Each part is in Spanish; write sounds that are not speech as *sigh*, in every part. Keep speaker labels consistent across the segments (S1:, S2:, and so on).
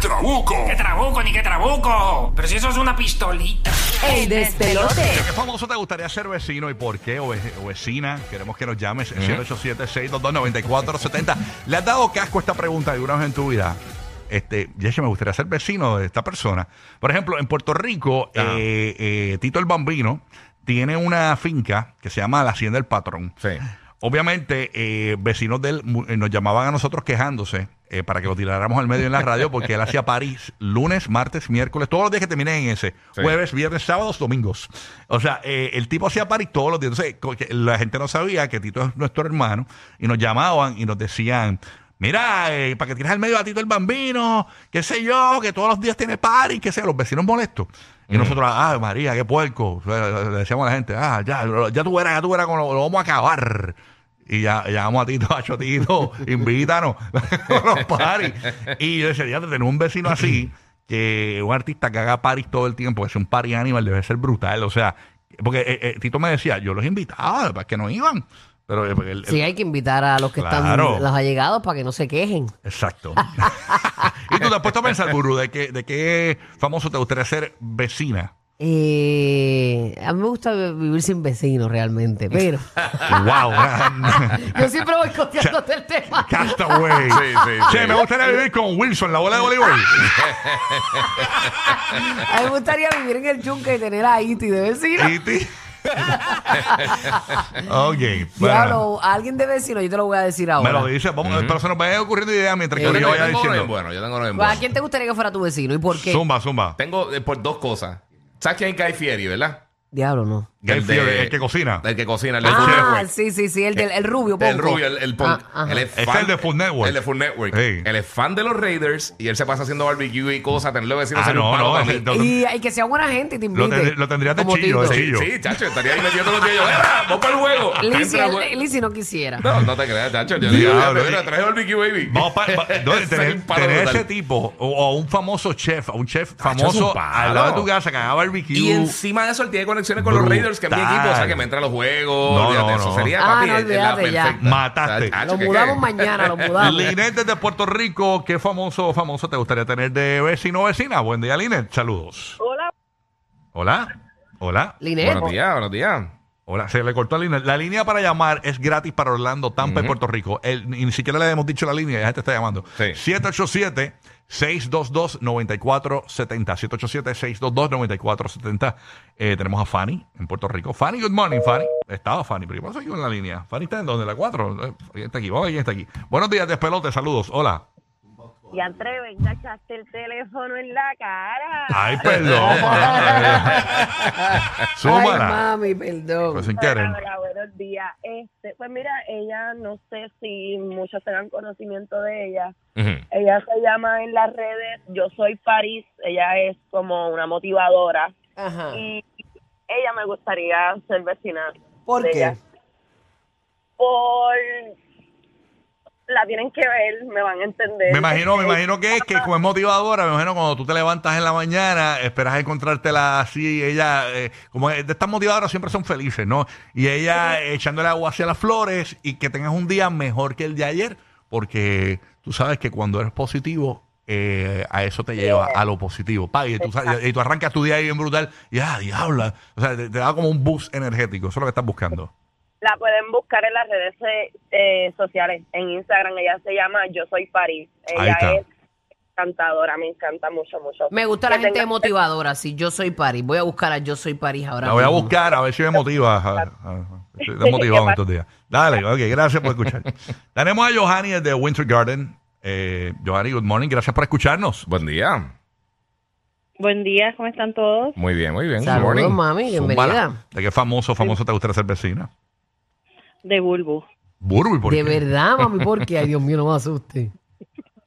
S1: trabuco!
S2: ¡Qué trabuco, ni qué trabuco! Pero si eso es una pistolita.
S3: El despelote.
S4: ¿De qué famoso te gustaría ser vecino y por qué? O, ve- o vecina, queremos que nos llames. 787-622-9470. ¿Le has dado casco a esta pregunta alguna vez en tu vida? Este, Yeshi, me gustaría ser vecino de esta persona. Por ejemplo, en Puerto Rico, eh, eh, Tito el Bambino tiene una finca que se llama La Hacienda del Patrón.
S5: Sí.
S4: Obviamente, eh, vecinos de él mu- eh, nos llamaban a nosotros quejándose eh, para que lo tiráramos al medio en la radio porque él hacía París lunes, martes, miércoles, todos los días que terminen en ese.
S5: Sí.
S4: Jueves, viernes, sábados, domingos. O sea, eh, el tipo hacía París todos los días. Entonces, co- que la gente no sabía que Tito es nuestro hermano y nos llamaban y nos decían... Mira, eh, para que tires al medio a Tito el Bambino, qué sé yo, que todos los días tiene party, qué sé yo, los vecinos molestos. Y nosotros, ah, María, qué puerco. O sea, Le decíamos a la gente, ah, ya, ya tú verás, ya tú verás, cómo lo, lo vamos a acabar. Y ya llamamos a Tito, *laughs* a Chotito, invítanos *laughs* a los paris. Y yo decía, ya tener un vecino así, que un artista que haga paris todo el tiempo, que sea un party animal, debe ser brutal. O sea, porque eh, eh, Tito me decía, yo los invitaba, para que no iban. Pero eh, porque el-
S3: Sí, hay que invitar a los que
S4: Claro.
S3: están los allegados para que no se quejen.
S5: *laughs*
S4: Exacto. *laughs* y tú te has puesto a pensar, Guru, de qué, de qué famoso te gustaría ser vecina.
S3: Eh, a mí me gusta vi- vivir sin vecinos
S4: *laughs*
S3: realmente, pero
S4: wow.
S3: yo siempre voy copiándote el tema.
S4: Castaway.
S5: Sí, sí, sí.
S4: Che, me gustaría vivir con Wilson, la bola de
S5: *laughs*
S4: voleibol.
S3: A mí me gustaría vivir en el yunque y tener a Iti de vecino.
S4: Y ti- *laughs* ok. Bueno,
S3: Diablo, a alguien de vecino, yo te lo voy a decir
S4: me
S3: ahora.
S4: lo dice. Vamos, Pero se nos vayan ocurriendo ideas mientras que
S3: Yo
S4: yo,
S3: tengo-
S4: vaya
S5: tengo uno bien
S4: diciendo.
S5: bueno, yo tengo uno bien
S3: Pues, ¿A
S5: bueno.
S3: quién te gustaría que fuera tu vecino y por qué?
S4: Zumba, zumba.
S5: Tengo eh, por dos cosas. ¿Sabes quién es Guy Fieri, verdad?
S3: Diablo, no.
S4: Guy
S5: de-
S4: Fieri, el que cocina.
S5: El que cocina, el del Food
S3: Ah,
S5: Network.
S3: sí, sí, sí, el, del, el rubio.
S5: El
S3: pongo.
S5: rubio, el, el punk.
S3: Ah, ajá.
S5: Él es
S4: Este es
S5: fan-
S4: el de Food Network.
S5: El de Food Network.
S4: Sí.
S5: Él es fan de los Raiders y él se pasa haciendo barbecue y cosas. Tenerlo vecino
S4: Ah,
S5: sería
S4: no,
S5: un palo
S4: no,
S5: para
S4: ese-
S5: mí.
S4: no,
S5: *laughs*
S4: no.
S3: Y, y que sea buena gente y te
S4: Lo,
S3: invite.
S4: ten- lo tendrías de
S3: Como
S4: chillo, de chillo.
S3: Tito.
S5: Sí, chacho, estaría ahí metiendo los días. Yo, ¡Ah, ¡Vamos para el juego!
S3: Lizzy,
S5: Entra,
S3: él-
S5: güey.
S3: Lizzy no quisiera.
S5: No, no te creas, chacho. Yo digo,
S4: Diablo,
S5: mira,
S4: y-
S5: traje barbecue, baby.
S4: Vamos pa- va-
S5: *laughs*
S4: no,
S5: Ese es
S4: tener,
S5: un palo
S4: tener
S5: brutal.
S4: ese tipo o, o un famoso chef, un chef
S5: es un
S4: famoso
S5: palo.
S4: al lado de tu casa que haga barbecue.
S5: Y encima de eso, él tiene conexiones con
S4: Brutal.
S5: los Raiders, que es mi equipo, o sea, que me entra a los juegos.
S4: No,
S5: olvídate,
S4: no,
S5: eso
S4: no.
S5: sería
S3: Ah,
S5: papi,
S3: no,
S5: es- es la
S3: olvídate ya.
S5: perfecta.
S4: Mataste.
S5: Chacho,
S3: Lo
S5: ¿qué- qué?
S3: mudamos mañana, lo mudamos.
S4: Linet desde Puerto Rico, ¿qué famoso famoso te gustaría tener de vecino o vecina? Buen día, Linet. Saludos.
S6: Hola,
S4: Hola. Hola.
S3: Linet,
S5: Buenos días, buenos días.
S4: Hola. Se le cortó a Linet. La línea para llamar es gratis para Orlando, Tampa y Puerto Rico. El- ni ni siquiera le hemos dicho la línea, la gente está llamando.
S5: Sí.
S4: 787 622 9470 787 622 9470 Eh, Tenemos a Fanny en Puerto Rico. Fanny, good morning, Fanny. Estaba Fanny, pero ¿qué pasa aquí en la línea? Fanny está en donde, la 4. Está aquí, vamos, a ver quién está aquí. Buenos días, despelote, saludos. Hola.
S6: y entre venga, echaste el teléfono en la cara.
S4: Ay, perdón.
S3: Ay,
S4: Súmala.
S3: mami, perdón.
S4: Pues sin
S6: Hola,
S4: querer.
S6: hola, buenos días. Este, pues mira, ella, no sé si muchos tengan conocimiento de ella. Ella se llama en las redes Yo Soy París. Ella es como una motivadora.
S4: Ah.
S3: Ajá.
S6: Y ella me gustaría ser vecina.
S3: ¿Por
S6: de
S3: qué?
S6: ella. Por... La tienen que ver, me van a entender. Este,
S4: Me imagino, me imagino que es que como es motivadora, me imagino cuando tú te levantas en la mañana, esperas encontrártela así, ella, eh, como es- de estas motivadoras siempre son felices, ¿no? Y ella eh, echándole agua hacia las flores y que tengas un día mejor que el de ayer, porque tú sabes que cuando eres positivo, eh, a eso te lleva, a lo positivo. Pa, y, tú, sal- y tú arrancas tu día ahí bien brutal, y ah, diabla, o sea, te, te da como un boost energético, eso es lo que estás buscando.
S6: La pueden buscar en las redes eh, eh, sociales, en Instagram. Ella se llama Yo Soy París.
S4: Ahí
S6: Ella
S4: está.
S6: es cantadora, me encanta mucho, mucho.
S3: Me gusta la
S6: Que
S3: gente
S6: tenga-
S3: motivadora. Si yo soy París, voy a buscar a Yo soy París ahora.
S4: La voy a
S3: mismo.
S4: buscar, a ver si me motiva. A- a- a- Estoy desmotivado en estos días. Dale, ok, gracias por escuchar. Tenemos a Johanny de Winter Garden. Eh, Johanny, good morning, gracias por escucharnos.
S5: Buen día.
S6: Buen día, ¿cómo están todos?
S5: Muy bien, muy bien. Good
S3: Saludos,
S5: morning.
S3: mami, bienvenida.
S4: ¿De qué famoso, famoso te gustaría ser vecina?
S6: De Bulbu.
S4: Burbu, ¿y por
S3: De
S4: qué?
S3: verdad, mami, porque ay Dios mío, no me asuste.
S4: *laughs*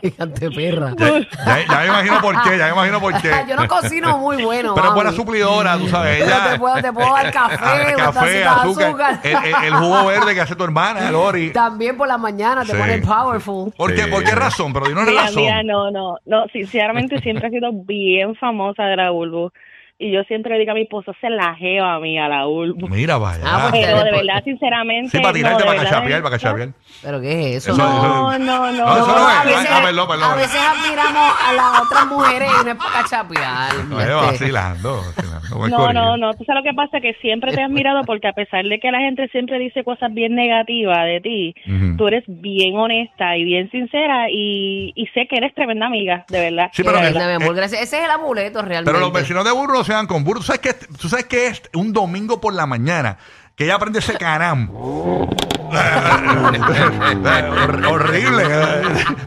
S3: Fíjate, perra.
S4: Ya, ya- ya me imagino por qué, ya me imagino por qué.
S3: *laughs* yo no cocino muy bueno.
S4: Pero es
S3: mami.
S4: buena suplidora, tú sabes.
S3: Pero
S4: Ella,
S3: te puedo- te puedo
S4: *laughs*
S3: dar café,
S4: Ah,
S3: una
S4: café,
S3: tacita de
S4: azúcar. Eh,
S3: azúcar.
S4: El, el- el jugo verde que hace tu hermana, Lori.
S3: También por la mañana te
S4: Sí.
S3: ponen powerful.
S4: ¿Por, qué,
S5: Sí.
S4: ¿Por qué razón? Pero dinos la
S6: Mira,
S4: razón.
S6: mira, no, no, no, sinceramente siempre ha sido bien famosa de la Bulbu.
S1: Y yo siempre digo a mi esposo, se la jeva mía, la
S4: *laughs*
S1: Ulmo.
S4: Mira, vaya.
S3: Ah, pues,
S1: Pero de
S3: pues,
S1: verdad, sinceramente.
S4: Sí, para tirarte,
S1: no, de
S4: para
S1: verdad,
S4: cachapear, para cachapear.
S3: ¿Pero qué es eso?
S4: Eso-
S3: No.
S1: No, no, no.
S4: No, eso no es.
S3: Oh, a veces,
S4: Ah, perdón, perdón.
S3: a veces admiramos a las otras mujeres y no es para Este, chapear.
S4: No, yo vacilando, vacilando, voy
S1: No,
S4: corriendo.
S1: no, no. Tú sabes lo que pasa, que siempre te has mirado porque a pesar de que la gente siempre dice cosas bien negativas de ti,
S4: Ujú.
S1: tú eres bien honesta y bien sincera y, y sé que eres tremenda amiga, de verdad.
S4: Sí, pero eh,
S1: de
S4: que-
S1: verdad.
S3: mi amor, gracias. Ese es el amuleto realmente.
S4: Pero los vecinos de burro no se dan con burro. ¿Tú sabes que, tú sabes que es un domingo por la mañana que ella aprende ese
S5: *laughs*
S4: canam? Hor- horrible.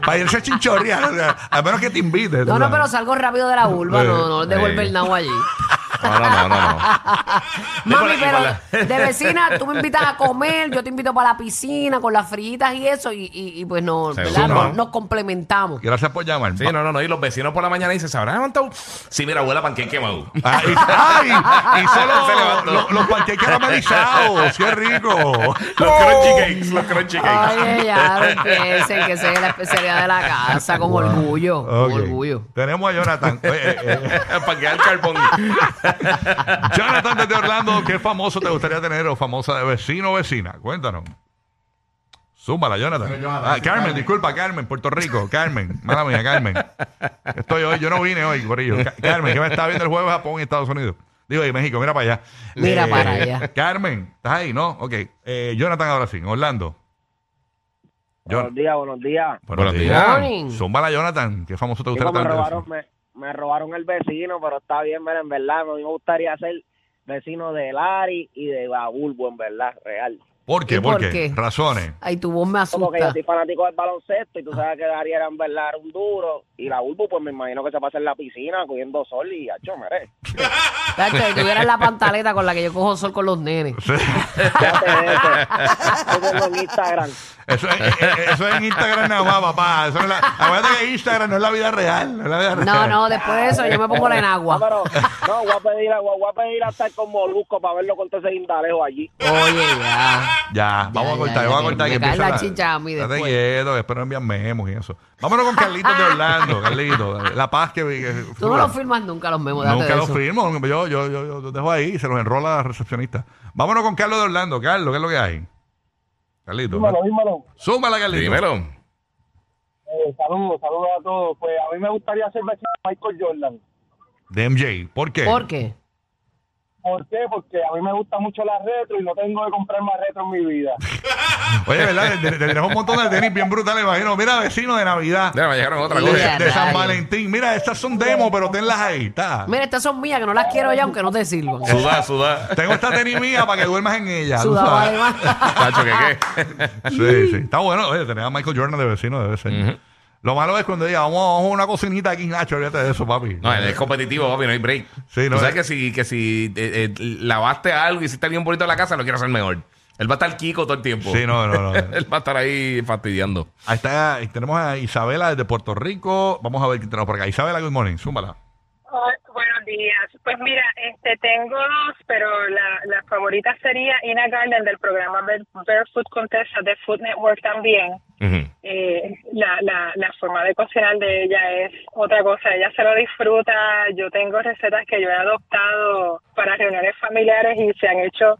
S4: Para irse a chinchorrear. o sea, A menos que te invite.
S3: No, no, pero salgo rápido de la vulva, no, no dejo el
S5: Sí.
S4: *laughs*
S3: Bernau allí.
S5: No, no, no,
S3: *laughs*
S5: no. no.
S3: Mami,
S5: y
S3: pero
S5: por la-
S3: de vecina, tú me invitas a comer, yo te invito para la piscina con las fritas y eso, y, y, y pues no,
S5: Seguro.
S3: ¿verdad?
S4: Zumba.
S3: Nos, nos complementamos.
S4: Gracias por llamar.
S5: *laughs* Sí, no, no, no. Y los vecinos por la mañana dicen, ¿se habrán levantado? Sí, mira, abuela, panqueque
S3: *laughs*
S5: quemado.
S4: Ah, y, ay, y
S5: *laughs* Se
S4: solo
S5: levantó.
S4: lo- los panqueques caramelizados. ¡Qué rico!
S5: Los crunchy cakes, los crunchy cakes.
S3: Oye, ya, no piensen que esa es la especialidad de la casa, con orgullo,
S4: Ok.
S3: con orgullo.
S4: Tenemos a Jonathan. Oye, eh, eh,
S5: *laughs* Para quedar carbón.
S4: Jonathan desde Orlando, ¿qué famoso te gustaría tener o famosa de vecino o vecina? Cuéntanos. Súmala, Jonathan. Ah, Carmen, disculpa, Carmen, Puerto Rico. Carmen, mala mía, Carmen. Estoy hoy, yo no vine hoy, Corillo. Ca- Carmen, que me está viendo el juego de Japón y Estados Unidos. Digo, y México, mira para allá. Eh,
S3: Mira para allá.
S4: Carmen, ¿estás ahí? No, ok. Eh, Jonathan, ahora sí, Orlando.
S7: Buenos días, buenos días.
S5: Buenos días.
S3: Morning.
S4: Súmala, Jonathan. ¿Qué famoso te gustaría
S7: Digo, me,
S4: tener? de
S7: robaron,
S4: vecino?
S7: me, me robaron el vecino, pero está bien, mira, en verdad, a mí me gustaría ser vecino de Lari y de Babulbo, en verdad, real.
S4: ¿Por qué?
S3: ¿Y
S4: ¿Por
S3: por
S4: qué?
S3: qué? *laughs*
S4: Razones. *laughs*
S3: Ay, tu voz me
S7: Como que yo
S3: asusta.
S7: soy fanático del baloncesto y tú sabes que Dari era en verdad era un duro y la Bulbo, pues me imagino que se pasa en la piscina cogiendo sol y hacho, mire.
S3: Tacho, si tuvieras la pantaleta con la que yo cojo sol con los nenes.
S7: Fíjate de eso. Yo tengo en Instagram.
S4: Eso es, eh, eh, eso es en Instagram nada más, papá. Eso no es la, acuérdate que Instagram no es la vida real. No, es la vida
S3: No,
S4: real.
S3: no, después de eso yo me pongo la
S7: No,
S3: enagua.
S7: pero, no, voy a pedir, a- voy a, pedir a estar con Molusco para verlo con todo ese indalejo allí.
S3: Oye, ya.
S4: Ya, vamos
S3: Ya,
S4: a cortar,
S3: ya, ya,
S4: vamos a
S3: que
S4: cortar.
S3: me
S4: que
S3: cae
S4: empieza
S3: la chicha a mí
S4: Estate
S3: después.
S4: quieto, después no envían memos y eso. Vámonos con Carlitos de Orlando, Carlitos. La paz que... que-
S3: Tú no los firmas nunca los memos, date
S4: Nunca
S3: de
S4: los
S3: eso.
S4: firmo. Yo, yo, yo, yo los dejo ahí y se los enrola la recepcionista. Vámonos con Carlos de Orlando. Carlos, ¿qué es lo que hay? Carlitos.
S7: Dímelo, dímelo.
S4: Súmala, Carlitos.
S5: Dímelo.
S7: Eh, saludos, saludos a todos. Pues a mí me gustaría ser vecino de Michael Jordan.
S4: De MJ. ¿Por qué?
S3: ¿Por qué?
S7: ¿Por qué? Porque a mí me gusta mucho la retro y no tengo que comprar más retro en mi vida.
S4: Oye, ¿verdad? Tendrás un montón de tenis bien brutales, imagino. Mira, vecino de Navidad.
S5: Mira, me llegaron otra
S4: de,
S5: cosa.
S3: Mira.
S4: de San
S3: rayos.
S4: Valentín. Mira, estas son demos, pero tenlas ahí. Está.
S3: Mira, estas son mías que no las quiero ya, aunque no te sirvan.
S5: Sudá, sudá.
S4: Tengo esta tenis mía para que duermas en ella. tú
S3: Sudaba
S4: sabes.
S3: además.
S5: Tacho, ¿qué qué?
S4: Sí, sí. Está bueno. Oye, tener a Michael Jordan de vecino debe ser. Lo malo es cuando diga, vamos, vamos a una cocinita aquí, Nacho. Olvídate de eso, papi.
S5: No, es competitivo, papi, no hay break.
S4: Sí, no,
S5: Tú sabes
S4: eh.
S5: que si, que si eh, eh, lavaste algo y hiciste bien bonito en la casa, lo quieres hacer mejor. Él va a estar Kiko todo el tiempo.
S4: Sí, no, no, no.
S5: *laughs* Él va a estar ahí fastidiando.
S4: Ahí está. y Tenemos a Isabela desde Puerto Rico. Vamos a ver qué tenemos por acá. Isabela, good morning. Súmala.
S8: Oh, buenos días. Pues mira, este tengo dos, pero la, la favorita sería Ina Garden del programa Bare- Barefoot Contessa de Food Network también.
S5: Ujú.
S8: Eh, la, la, la forma de cocinar de ella es otra cosa, ella se lo disfruta. Yo tengo recetas que yo he adoptado para reuniones familiares y se han hecho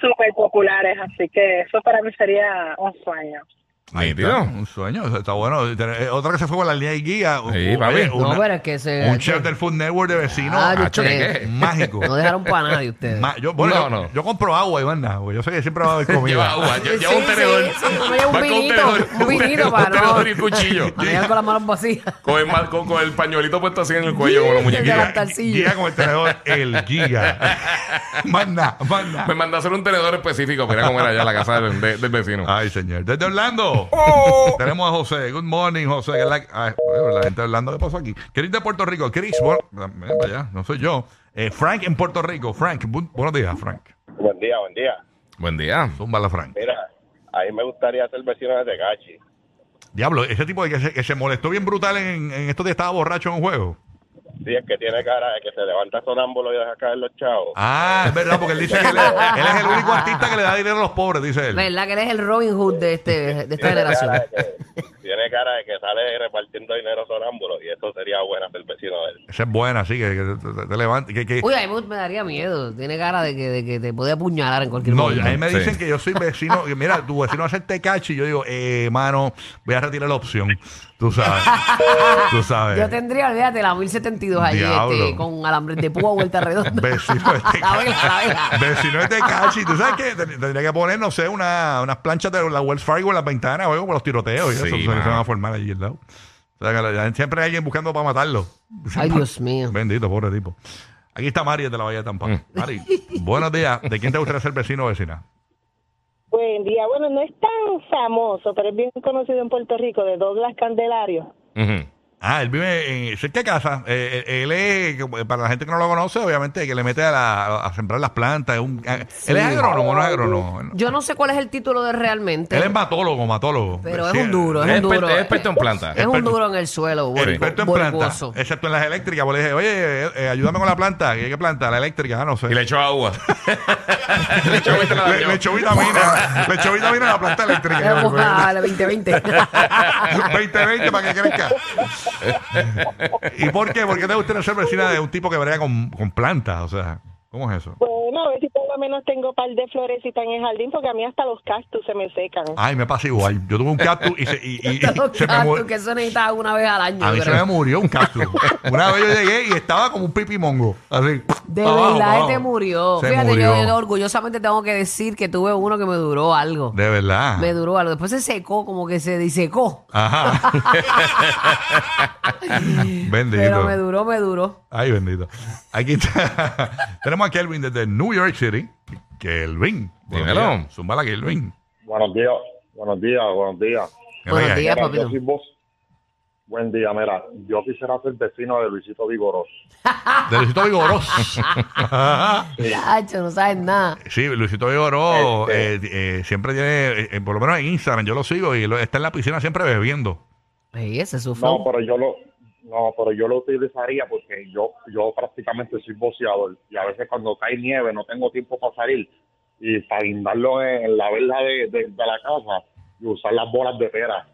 S8: súper populares, así que eso para mí sería un sueño.
S5: Ahí
S4: Está,
S5: está.
S4: Un sueño. eso Está bueno. Tener- eh, Otra que se fue con la línea de guía.
S5: Sí, papi.
S4: Oye,
S3: No,
S4: una-
S3: pero es que se.
S4: un chef del Food Network de vecino.
S3: Ay,
S4: ah,
S5: Tacho, ¿qué
S3: ustedes.
S5: qué?
S4: Mágico.
S3: No dejaron para nadie ustedes.
S4: Ma- yo, bueno,
S5: No,
S4: yo,
S5: no.
S4: yo compro agua, Iván, nada, porque yo sé que siempre va a haber comida.
S5: *laughs* Lleva
S4: *laughs*
S5: agua, lle-
S3: Sí,
S5: lleva un
S3: sí,
S5: tenedor.
S3: sí, sí, uno lleva un
S5: Va con
S3: vinito, un vinito para
S5: *laughs* un tenedor
S3: no-
S5: y un
S3: *laughs*
S5: cuchillo.
S3: Para dejar con las manos vacías.
S5: con, el, mal- con, con el pañuelito puesto así en el cuello, como los
S3: De
S5: muñequitos.
S3: la tarcilla.
S4: Guía con el tenedor, el giga. *laughs* más nada, más nada.
S5: Me mandó a hacer un tenedor específico para ir a comer allá a la casa del, de- del vecino.
S4: Ay, señor. Desde Orlando.
S5: Oh.
S4: Tenemos a José. Good morning, José. que es la, ay, bueno, la gente de Orlando, ¿qué pasó aquí? Chris de Puerto Rico. Chris, bueno, ven para allá, no soy yo. Eh, Frank en Puerto Rico. Frank, bu- buenos días, Frank.
S9: Buen día, buen día.
S5: Buen día.
S4: Zúmbala, Frank.
S9: Mira, a mí me gustaría ser vecino de Tegachi.
S4: Diablo, ese tipo de que se, que se molestó bien brutal en, en estos días estaba borracho en un juego.
S9: Sí, es que tiene cara de que se levanta sonámbulo y deja caer los chavos.
S4: Ah, es verdad, porque él dice que él, él es el único artista que le da dinero a los pobres, dice él.
S5: *laughs*
S3: ¿Verdad que eres el Robin Hood de, este, de esta
S9: Tiene cara
S3: generación?
S9: *laughs* de que- sí, tiene cara de que sale repartiendo dinero sonámbulo y eso sería buena ser vecino de él.
S4: Esa es buena, así que, que te, te- te levantes. Que, que-
S3: Uy, a mí me daría miedo. Tiene cara de que, de que te puede apuñalar en cualquier
S4: No,
S3: momento.
S4: a mí me
S5: Sí.
S4: dicen que yo soy vecino. que Mira, tu vecino hace el tecachi y yo digo, eh, mano, voy a retirar la opción. Tú
S3: *laughs*
S4: sabes. Tú sabes.
S3: Yo tendría, olvídate, la 1072 allí
S4: Eh. Diablo.
S3: este, con alambres de púa
S4: *laughs*
S3: vuelta redonda.
S4: Vecino de Tecachi.
S3: *laughs* La vela, la vela.
S4: Vecino de Tecachi. ¿Tú sabes qué? Ten- Tendría que poner, no sé, una, unas planchas de la Wells Fargo en las ventanas o algo para los tiroteos. y
S5: Sí,
S4: eso, se- se
S5: mano.
S4: van a formar allí al lado. O sea, que la- siempre hay alguien buscando para matarlo.
S3: Ay, Dios mío.
S4: Bendito, pobre tipo. Aquí está Mari de la Bahía de Tampa.
S5: Mm.
S4: Mari, buenos días. ¿De quién te gustaría ser vecino o vecina?
S6: Buen día. Bueno, no es tan famoso, pero es bien conocido en Puerto Rico, de Douglas Candelario.
S5: Ujú.
S4: Ah, él vive en cerca de casa. Eh, eh, él es, como- para la gente que no lo conoce, obviamente, que le mete a, la- a sembrar las plantas. es un- a- Él es agrónomo, no es agrónomo.
S5: Oh.
S4: Él-
S3: Yo no sé cuál es el título de realmente.
S4: Él es matólogo, matólogo.
S3: Pero es
S4: Sí,
S3: un duro,
S5: Es
S3: es un duro.
S5: experto- es experto en plantas.
S3: *laughs* Es un
S4: Experto-
S3: duro en el suelo, bor-
S4: Experto en plantas,
S3: borboso.
S4: excepto en las eléctricas. Pues le dije, oye, eh, eh, ayúdame con la planta. ¿Qué, qué planta? La eléctrica, ah, no sé.
S5: Y le echó agua. *laughs* le echó agua y te la
S4: Le-
S5: dañó.
S4: le echó vitamina. le echó vitamina a la planta eléctrica. pues.
S3: Vamos a la
S4: *laughs*
S3: 2020.
S4: 2020 para que crezca. ¿Y por qué? ¿Por qué te gustaría ser vecina de un tipo que brega con, con plantas? O sea, ¿cómo es eso?
S6: Bueno, a ver si por lo menos tengo un par de florecitas en el jardín, porque a mí hasta los cactus se me secan.
S4: Ay, me pasa igual. Yo tuve un cactus y se, y-
S3: *laughs*
S4: y- y se me
S3: Cactus,
S4: murió.
S3: que eso necesitas una vez al año.
S4: A mí
S3: yo
S4: se
S3: creo.
S4: me murió un cactus. Una vez yo llegué y estaba como un pipimongo. Así.
S3: De
S4: Abajo,
S3: verdad,
S4: abajo.
S3: este murió.
S4: Se
S3: Fíjate,
S4: murió.
S3: Yo, yo orgullosamente tengo que decir que tuve uno que me duró algo.
S4: De verdad.
S3: Me duró algo. Después se secó, como que se disecó.
S4: Ah, Ajá. bendito.
S3: Pero me duró, me duró.
S4: Ay, bendito. Aquí está. *laughs* Tenemos a Kelvin desde New York City. Kelvin. Buenos
S5: Dímelo.
S4: días. Zúmbala, Kelvin.
S9: Buenos días, buenos días, buenos días.
S3: Buenos
S4: Venga,
S3: días,
S9: Mira, yo
S3: papito.
S9: soy vos. Buen día, mira, yo quisiera ser vecino de Luisito Vigoroso.
S4: De Luisito
S3: *laughs*
S4: Vigoroso.
S3: Chacho, no sabes nada.
S4: Sí, Luisito Vigoró
S9: Este.
S4: eh, eh, siempre tiene, eh, eh, por lo menos en Instagram, yo lo sigo y lo- está en la piscina siempre bebiendo.
S3: Ey, ese es su
S9: No, pues,
S3: flow.
S9: pero yo lo no, pero yo lo utilizaría porque yo yo prácticamente soy boceador y a veces cuando cae nieve no tengo tiempo para salir y para guindarlo en la verja de, de- de la casa y usar las bolas de pera.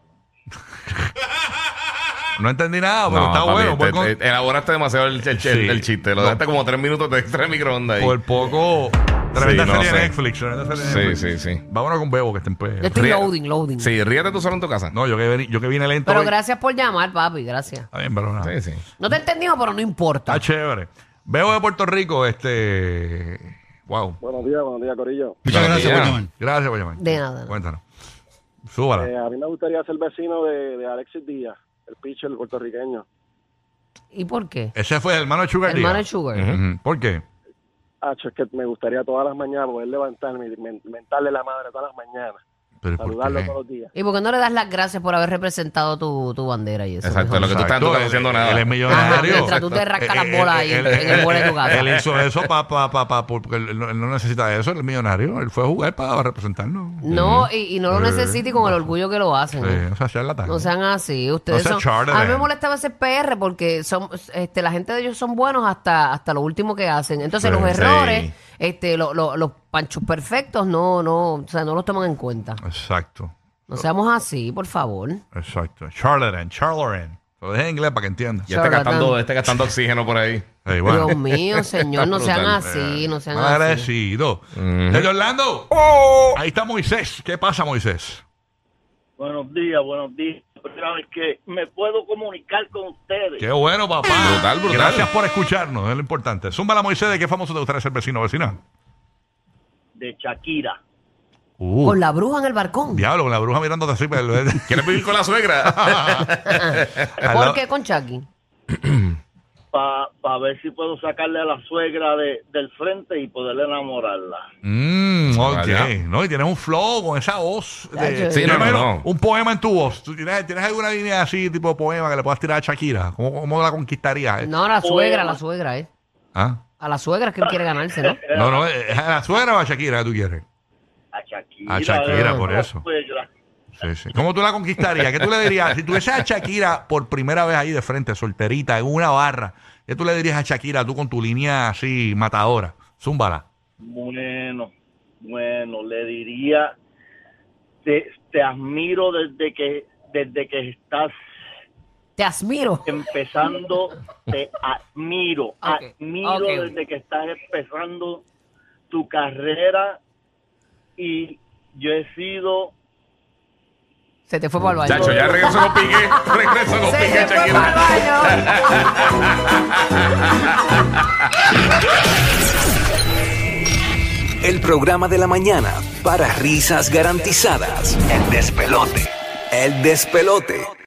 S4: No entendí nada, Ah, pero
S5: No,
S4: está
S5: papi, este,
S4: bueno.
S5: te-
S4: buen con-
S5: te- elaboraste demasiado el, el- el-
S4: Sí.
S5: el chiste. Lo
S4: No.
S5: dejaste como tres minutos de extra en microondas ahí.
S4: por poco. Tremenda
S5: no
S4: serie de
S5: sé.
S4: Netflix. Tremenda serie de
S5: Sí,
S4: Netflix.
S5: sí, sí.
S4: Vámonos con Bebo, que está en pez.
S3: Yo estoy
S5: Ría-
S3: loading, loading.
S5: Sí, ríete tú solo en tu casa.
S4: No, yo que, veni- yo que vine lento.
S3: Pero
S4: hoy.
S3: gracias por llamar, papi, gracias.
S4: Está bien, pero nada.
S5: Sí, este sí.
S3: No te he entendido, pero no importa.
S4: Está chévere. Bebo de Puerto Rico, este. Wow.
S9: Buenos días, buenos días, Corillo.
S10: Muchas
S5: Buenos
S10: gracias por
S5: días.
S10: llamar.
S4: Gracias por llamar.
S3: De nada.
S4: Cuéntanos. Súbala.
S9: Eh,
S7: Eh,
S9: a mí me gustaría ser vecino de, Alexis Díaz, el pitcher puertorriqueño.
S3: ¿Y por qué?
S4: Ese fue el hermano de Sugar
S3: Hermano de
S4: Díaz.
S3: Sugar.
S4: Ujú. ¿Por qué?
S9: Hacho, es que me gustaría todas las mañanas poder levantarme y mentarle la madre todas las mañanas,
S4: Pero, Pues, ¿por qué?
S9: los días.
S3: ¿Y por qué no le das las gracias por haber representado tu, tu bandera y eso?
S5: Exacto,
S3: mejor?
S5: lo que tú estás, tú
S4: Exacto,
S5: estás haciendo
S4: él-
S5: nada.
S4: Él es
S3: Ajá,
S4: millonario. Eh,
S3: mientras tú te rascas las bolas ahí en, en el mueble de tu casa.
S4: Él hizo eso para, pa, pa, pa- porque él no, él no necesita eso, él es millonario. Él fue a jugar para representarnos.
S3: No, y, y no lo
S4: Eh,
S3: necesita y con el orgullo que lo hacen. ¿eh?
S4: Sí, o sea, charlatán.
S3: No sean así, ustedes
S4: No sean
S3: son...
S4: charlatán.
S3: A mí me molesta a veces PR porque son, este, la gente de ellos son buenos hasta, hasta lo último que hacen. Entonces
S4: Sí,
S3: los
S5: sí.
S3: errores, este, lo- lo- los panchos perfectos, no, no, o sea, no los toman en cuenta.
S4: Exacto,
S3: No seamos así, por favor.
S4: exacto. Charlatan, charlatan. Lo dejé en inglés para que entiendas.
S5: Ya está
S3: Charlatán.
S5: gastando, está gastando oxígeno por ahí.
S4: Ey, bueno.
S3: Dios mío, señor, no sean
S5: Brutal.
S3: así, no sean
S4: Mal
S3: así.
S4: agradecido. Señor Orlando, ahí está Moisés. ¿Qué pasa, Moisés?
S7: Buenos días, buenos días. Primera vez que me puedo comunicar con ustedes.
S4: Qué bueno, papá.
S5: Brutal, brutal.
S4: Gracias por escucharnos, es lo importante. Zúmbala, Moisés, ¿de qué famoso te gustaría ser vecino o vecina?
S7: De Shakira.
S4: Uh,
S3: Con la bruja en el barcón.
S4: Diablo, con la bruja mirándote así. pero-
S5: ¿Quieres vivir con la
S4: *laughs*
S5: suegra?
S4: Al
S3: ¿Por
S4: lado-
S3: qué con Chucky?
S7: Para ver si puedo sacarle a la suegra de, del frente y poder enamorarla.
S4: Mm, ok.
S5: Vaya.
S4: No, y tienes un flow con esa voz. de-
S5: Sí,
S4: Yo
S5: no, no,
S4: imagino
S5: no.
S4: Un poema en tu voz. ¿Tú tienes, tienes alguna línea así, tipo poema, que le puedas tirar a Shakira? ¿Cómo, cómo la conquistarías? eh?
S3: No, la suegra,
S7: Bueno.
S3: la suegra, eh.
S4: ¿Ah?
S3: A la suegra es que él quiere ganarse, ¿no?
S4: No, no, ¿es a la suegra o a Shakira que tú quieres?
S7: A Shakira.
S4: A Shakira,
S7: eh,
S4: por
S7: la
S4: eso.
S7: suegra.
S4: Sí, sí. ¿Cómo tú la conquistarías? ¿Qué tú le dirías? Si tuviese a Shakira por primera vez ahí de frente, solterita, en una barra, ¿qué tú le dirías a Shakira tú con tu línea así matadora? Zúmbala.
S7: Bueno, bueno, le diría, te, te admiro desde que desde que estás
S3: Te admiro.
S7: empezando, te admiro.
S3: *laughs* Ok,
S7: Admiro
S3: ok.
S7: desde que estás empezando tu carrera y yo he sido
S3: Se te fue para el baño.
S5: Chacho, ya regreso con Piqué. Regreso con
S3: Se
S5: Piqué,
S3: te fue para el
S5: Shakira.
S3: baño.
S9: El programa de la mañana para risas garantizadas. El despelote. El despelote.